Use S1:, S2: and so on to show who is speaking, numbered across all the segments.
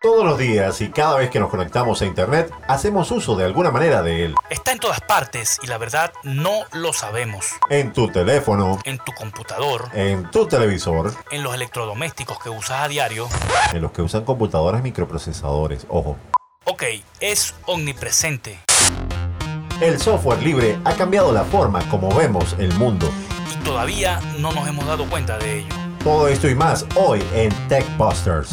S1: Todos los días y cada vez que nos conectamos a Internet, hacemos uso de alguna manera de él.
S2: Está en todas partes y la verdad no lo sabemos.
S1: En tu teléfono,
S2: En tu computador,
S1: en tu televisor,
S2: en los electrodomésticos que usas a diario.
S1: en los que usan computadoras microprocesadores, ojo.
S2: Ok, es omnipresente.
S1: El software libre ha cambiado la forma como vemos el mundo.
S2: y todavía no nos hemos dado cuenta de ello.
S1: Todo esto y más hoy en TechBusters.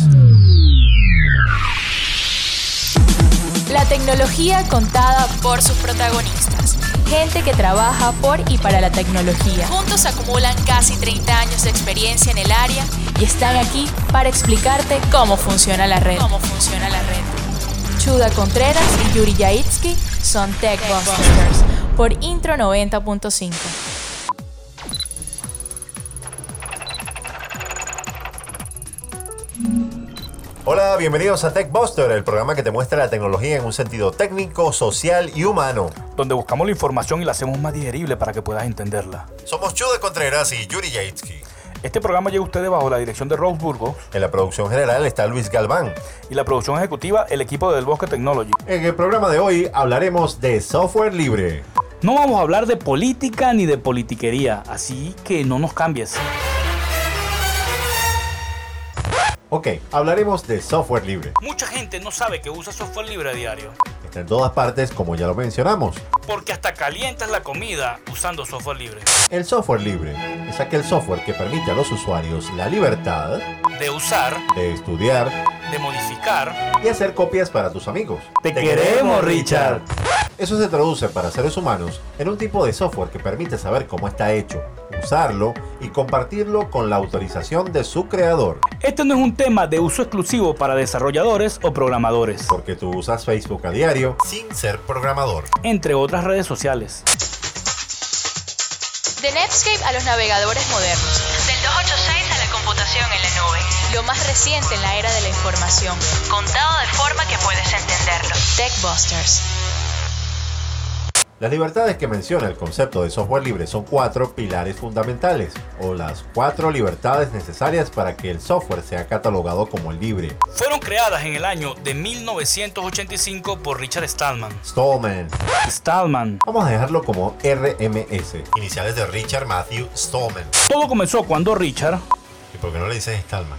S3: La tecnología contada por sus protagonistas. Gente que trabaja por y para la tecnología. Juntos acumulan casi 30 años de experiencia en el área y están aquí para explicarte cómo funciona la red. Cómo funciona la red. Chuda Contreras y Yuri Yaitsky son TechBusters por Intro 90.5.
S1: Hola, bienvenidos a TechBuster, el programa que te muestra la tecnología en un sentido técnico, social y humano.
S2: Donde buscamos la información y la hacemos más digerible para que puedas entenderla.
S1: Somos Chuda Contreras y Yuri Yaitsky.
S2: Este programa llega a ustedes bajo la dirección de Rose Burgos
S1: En la producción general está Luis Galván.
S2: y la producción ejecutiva el equipo del Bosque Technology.
S1: En el programa de hoy hablaremos de software libre.
S2: No vamos a hablar de política ni de politiquería, así que no nos cambies.
S1: Ok, hablaremos de software libre.
S2: Mucha gente no sabe que usa software libre a diario,
S1: Está en todas partes, como ya lo mencionamos.
S2: porque hasta calientas la comida usando software libre.
S1: El software libre es aquel software que permite a los usuarios la libertad
S2: De usar,
S1: de estudiar
S2: de modificar,
S1: y hacer copias para tus amigos.
S2: Te queremos, Richard.
S1: Eso se traduce para seres humanos en un tipo de software que permite saber cómo está hecho, usarlo y compartirlo con la autorización de su creador.
S2: Este no es un tema de uso exclusivo para desarrolladores o programadores,
S1: Porque tú usas Facebook a diario sin ser programador.
S2: entre otras redes sociales.
S3: De Netscape a los navegadores modernos.
S4: Del 286 a la computación en la nube.
S3: Lo más reciente en la era de la información.
S4: Contado de forma que puedes entenderlo.
S3: TechBusters.
S1: Las libertades que menciona el concepto de software libre son cuatro pilares fundamentales, o las cuatro libertades necesarias para que el software sea catalogado como libre.
S2: Fueron creadas en el año de 1985 por Richard Stallman.
S1: Stallman.
S2: Stallman.
S1: Vamos a dejarlo como RMS. Iniciales de Richard Matthew Stallman.
S2: Todo comenzó cuando Richard...
S1: ¿Y por qué no le dices Stallman?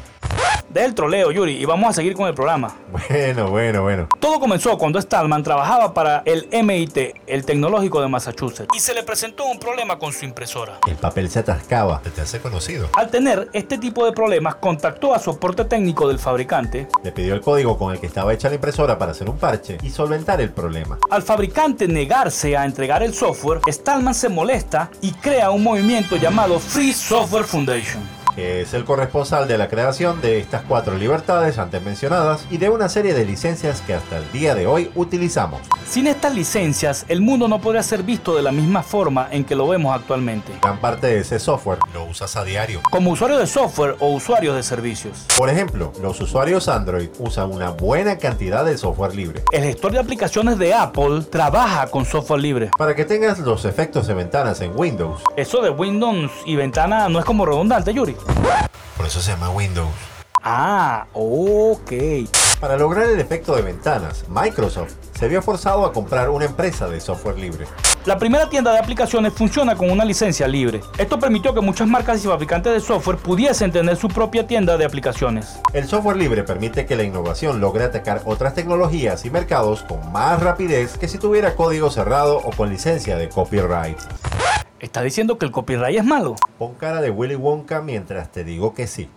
S2: Del troleo, Yuri, y vamos a seguir con el programa.
S1: Bueno, bueno, bueno.
S2: Todo comenzó cuando Stallman trabajaba para el MIT, el tecnológico de Massachusetts, y se le presentó un problema con su impresora.
S1: El papel se atascaba. Te hace conocido.
S2: Al tener este tipo de problemas, contactó a soporte técnico del fabricante.
S1: Le pidió el código con el que estaba hecha la impresora para hacer un parche y solventar el problema.
S2: Al fabricante negarse a entregar el software, Stallman se molesta y crea un movimiento llamado Free Software Foundation.
S1: que es el corresponsal de la creación de estas cuatro libertades antes mencionadas y de una serie de licencias que hasta el día de hoy utilizamos.
S2: Sin estas licencias, el mundo no podría ser visto de la misma forma en que lo vemos actualmente,
S1: Gran parte de ese software lo usas a diario.
S2: como usuarios de software o usuarios de servicios.
S1: Por ejemplo, los usuarios Android usan una buena cantidad de software libre.
S2: El gestor de aplicaciones de Apple trabaja con software libre.
S1: Para que tengas los efectos de ventanas en Windows.
S2: Eso de Windows y ventana no es como redundante, Yuri.
S1: Por eso se llama Windows.
S2: Ah, ok.
S1: Para lograr el efecto de ventanas, Microsoft se vio forzado a comprar una empresa de software libre.
S2: La primera tienda de aplicaciones funciona con una licencia libre. Esto permitió que muchas marcas y fabricantes de software pudiesen tener su propia tienda de aplicaciones.
S1: El software libre permite que la innovación logre atacar otras tecnologías y mercados con más rapidez que si tuviera código cerrado o con licencia de copyright.
S2: ¿Está diciendo que el copyright es malo?
S1: Pon cara de Willy Wonka mientras te digo que sí.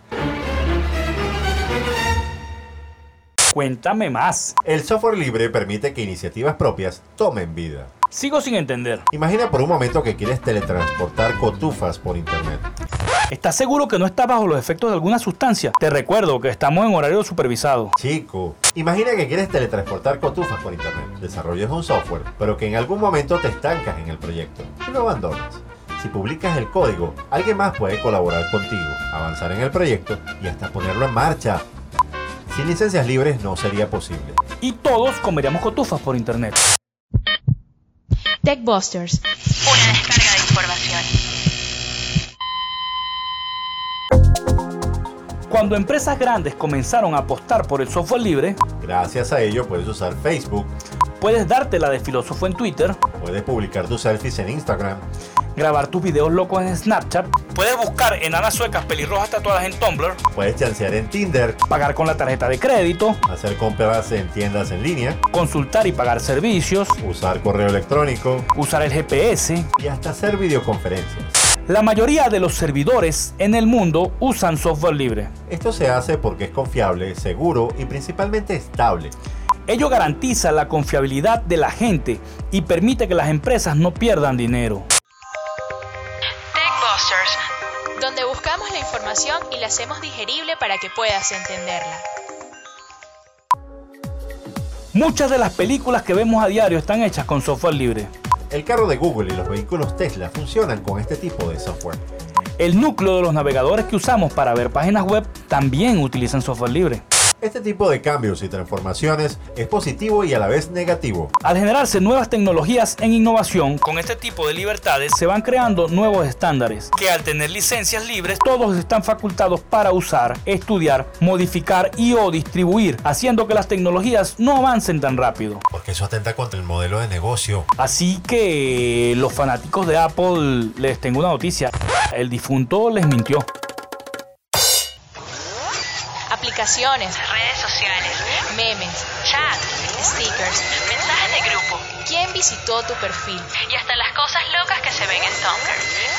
S2: Cuéntame más.
S1: El software libre permite que iniciativas propias tomen vida.
S2: Sigo sin entender.
S1: Imagina por un momento que quieres teletransportar cotufas por internet.
S2: ¿Estás seguro que no está bajo los efectos de alguna sustancia? Te recuerdo que estamos en horario supervisado.
S1: Chico, imagina que quieres teletransportar cotufas por internet. Desarrollas un software, pero que en algún momento te estancas en el proyecto y lo abandonas. Si publicas el código, alguien más puede colaborar contigo, avanzar en el proyecto y hasta ponerlo en marcha. Sin licencias libres no sería posible.
S2: Y todos comeríamos cotufas por internet.
S3: TechBusters.
S4: Una descarga de información.
S2: Cuando empresas grandes comenzaron a apostar por el software libre,
S1: Gracias a ello puedes usar Facebook,
S2: puedes dártela de filósofo en Twitter,
S1: puedes publicar tus selfies en Instagram,
S2: grabar tus videos locos en Snapchat, puedes buscar enanas suecas pelirrojas tatuadas en Tumblr,
S1: puedes chancear en Tinder,
S2: pagar con la tarjeta de crédito,
S1: hacer compras en tiendas en línea,
S2: consultar y pagar servicios,
S1: usar correo electrónico
S2: usar el GPS.
S1: y hasta hacer videoconferencias.
S2: La mayoría de los servidores en el mundo usan software libre.
S1: Esto se hace porque es confiable, seguro y principalmente estable.
S2: Ello garantiza la confiabilidad de la gente y permite que las empresas no pierdan dinero.
S4: Techbusters,
S3: donde buscamos la información y la hacemos digerible para que puedas entenderla.
S2: Muchas de las películas que vemos a diario están hechas con software libre.
S1: El carro de Google y los vehículos Tesla funcionan con este tipo de software.
S2: El núcleo de los navegadores que usamos para ver páginas web también utilizan software libre.
S1: Este tipo de cambios y transformaciones es positivo y a la vez negativo.
S2: Al generarse nuevas tecnologías en innovación, con este tipo de libertades se van creando nuevos estándares, que al tener licencias libres todos están facultados para usar, estudiar, modificar y o distribuir, haciendo que las tecnologías no avancen tan rápido.
S1: Porque eso atenta contra el modelo de negocio.
S2: Así que los fanáticos de Apple les tengo una noticia. El difunto les mintió.
S3: Aplicaciones,
S4: redes sociales,
S3: memes,
S4: chats,
S3: stickers.
S4: mensajes de grupo
S3: ¿Quién visitó tu perfil?
S4: y hasta las cosas locas que se ven en Tumblr.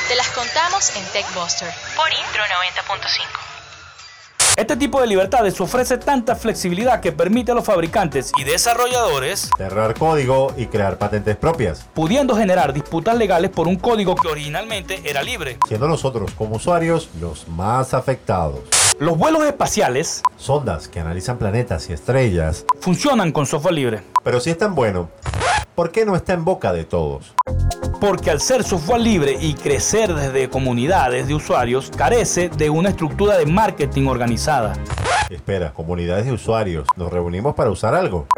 S3: Te las contamos en TechBuster.
S4: Por Intro 90.5.
S2: Este tipo de libertades ofrece tanta flexibilidad que permite a los fabricantes y desarrolladores
S1: Cerrar código y crear patentes propias,
S2: pudiendo generar disputas legales por un código que originalmente era libre.
S1: siendo nosotros como usuarios los más afectados.
S2: Los vuelos espaciales
S1: Sondas que analizan planetas y estrellas.
S2: funcionan con software libre,
S1: Pero si es tan bueno, ¿por qué no está en boca de todos?
S2: porque al ser software libre y crecer desde comunidades de usuarios, carece de una estructura de marketing organizada.
S1: Espera, comunidades de usuarios, nos reunimos para usar algo.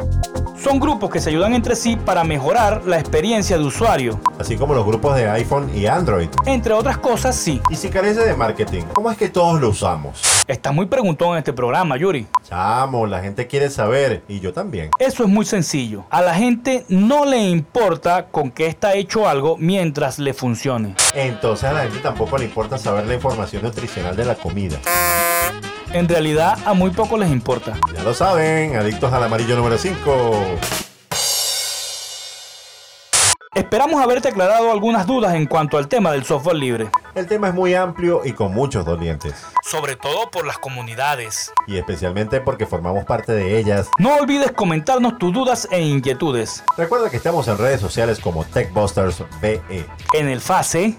S2: Son grupos que se ayudan entre sí para mejorar la experiencia de usuario.
S1: Así como los grupos de iPhone y Android.
S2: Entre otras cosas, sí.
S1: Y si carece de marketing, ¿cómo es que todos lo usamos?
S2: Estás muy preguntón en este programa, Yuri.
S1: Chamo, la gente quiere saber, y yo también.
S2: Eso es muy sencillo. A la gente no le importa con qué está hecho algo mientras le funcione.
S1: Entonces a la gente tampoco le importa saber la información nutricional de la comida.
S2: En realidad, a muy poco les importa.
S1: Ya lo saben, adictos al amarillo número 5.
S2: Esperamos haberte aclarado algunas dudas en cuanto al tema del software libre.
S1: El tema es muy amplio y con muchos dolientes,
S2: Sobre todo por las comunidades.
S1: y especialmente porque formamos parte de ellas.
S2: No olvides comentarnos tus dudas e inquietudes.
S1: Recuerda que estamos en redes sociales como TechBusters BE.
S2: En el FASE.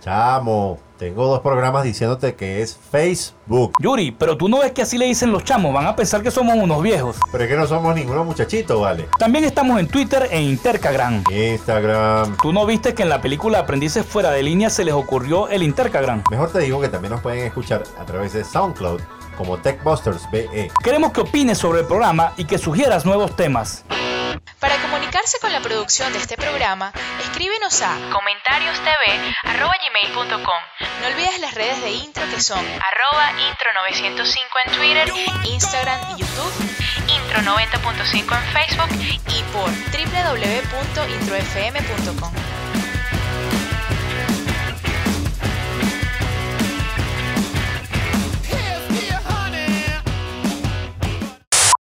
S1: Chamo, tengo dos programas diciéndote que es Facebook.
S2: Yuri, pero tú no ves que así le dicen los chamos, van a pensar que somos unos viejos.
S1: Pero es que no somos ninguno muchachito, ¿vale?
S2: También estamos en Twitter e Intercagram.
S1: Instagram.
S2: ¿Tú no viste que en la película Aprendices Fuera de Línea se les ocurrió el Intercagram?
S1: Mejor te digo que también nos pueden escuchar a través de SoundCloud como TechBusters E. BE.
S2: Queremos que opines sobre el programa y que sugieras nuevos temas.
S3: Para comunicarse con la producción de este programa, escríbenos a
S4: Comentarios TV arroba gmail.com
S3: No olvides las redes de intro que son
S4: arroba intro 905 en Twitter,
S3: Instagram y YouTube
S4: intro 90.5 en Facebook
S3: y por www.introfm.com.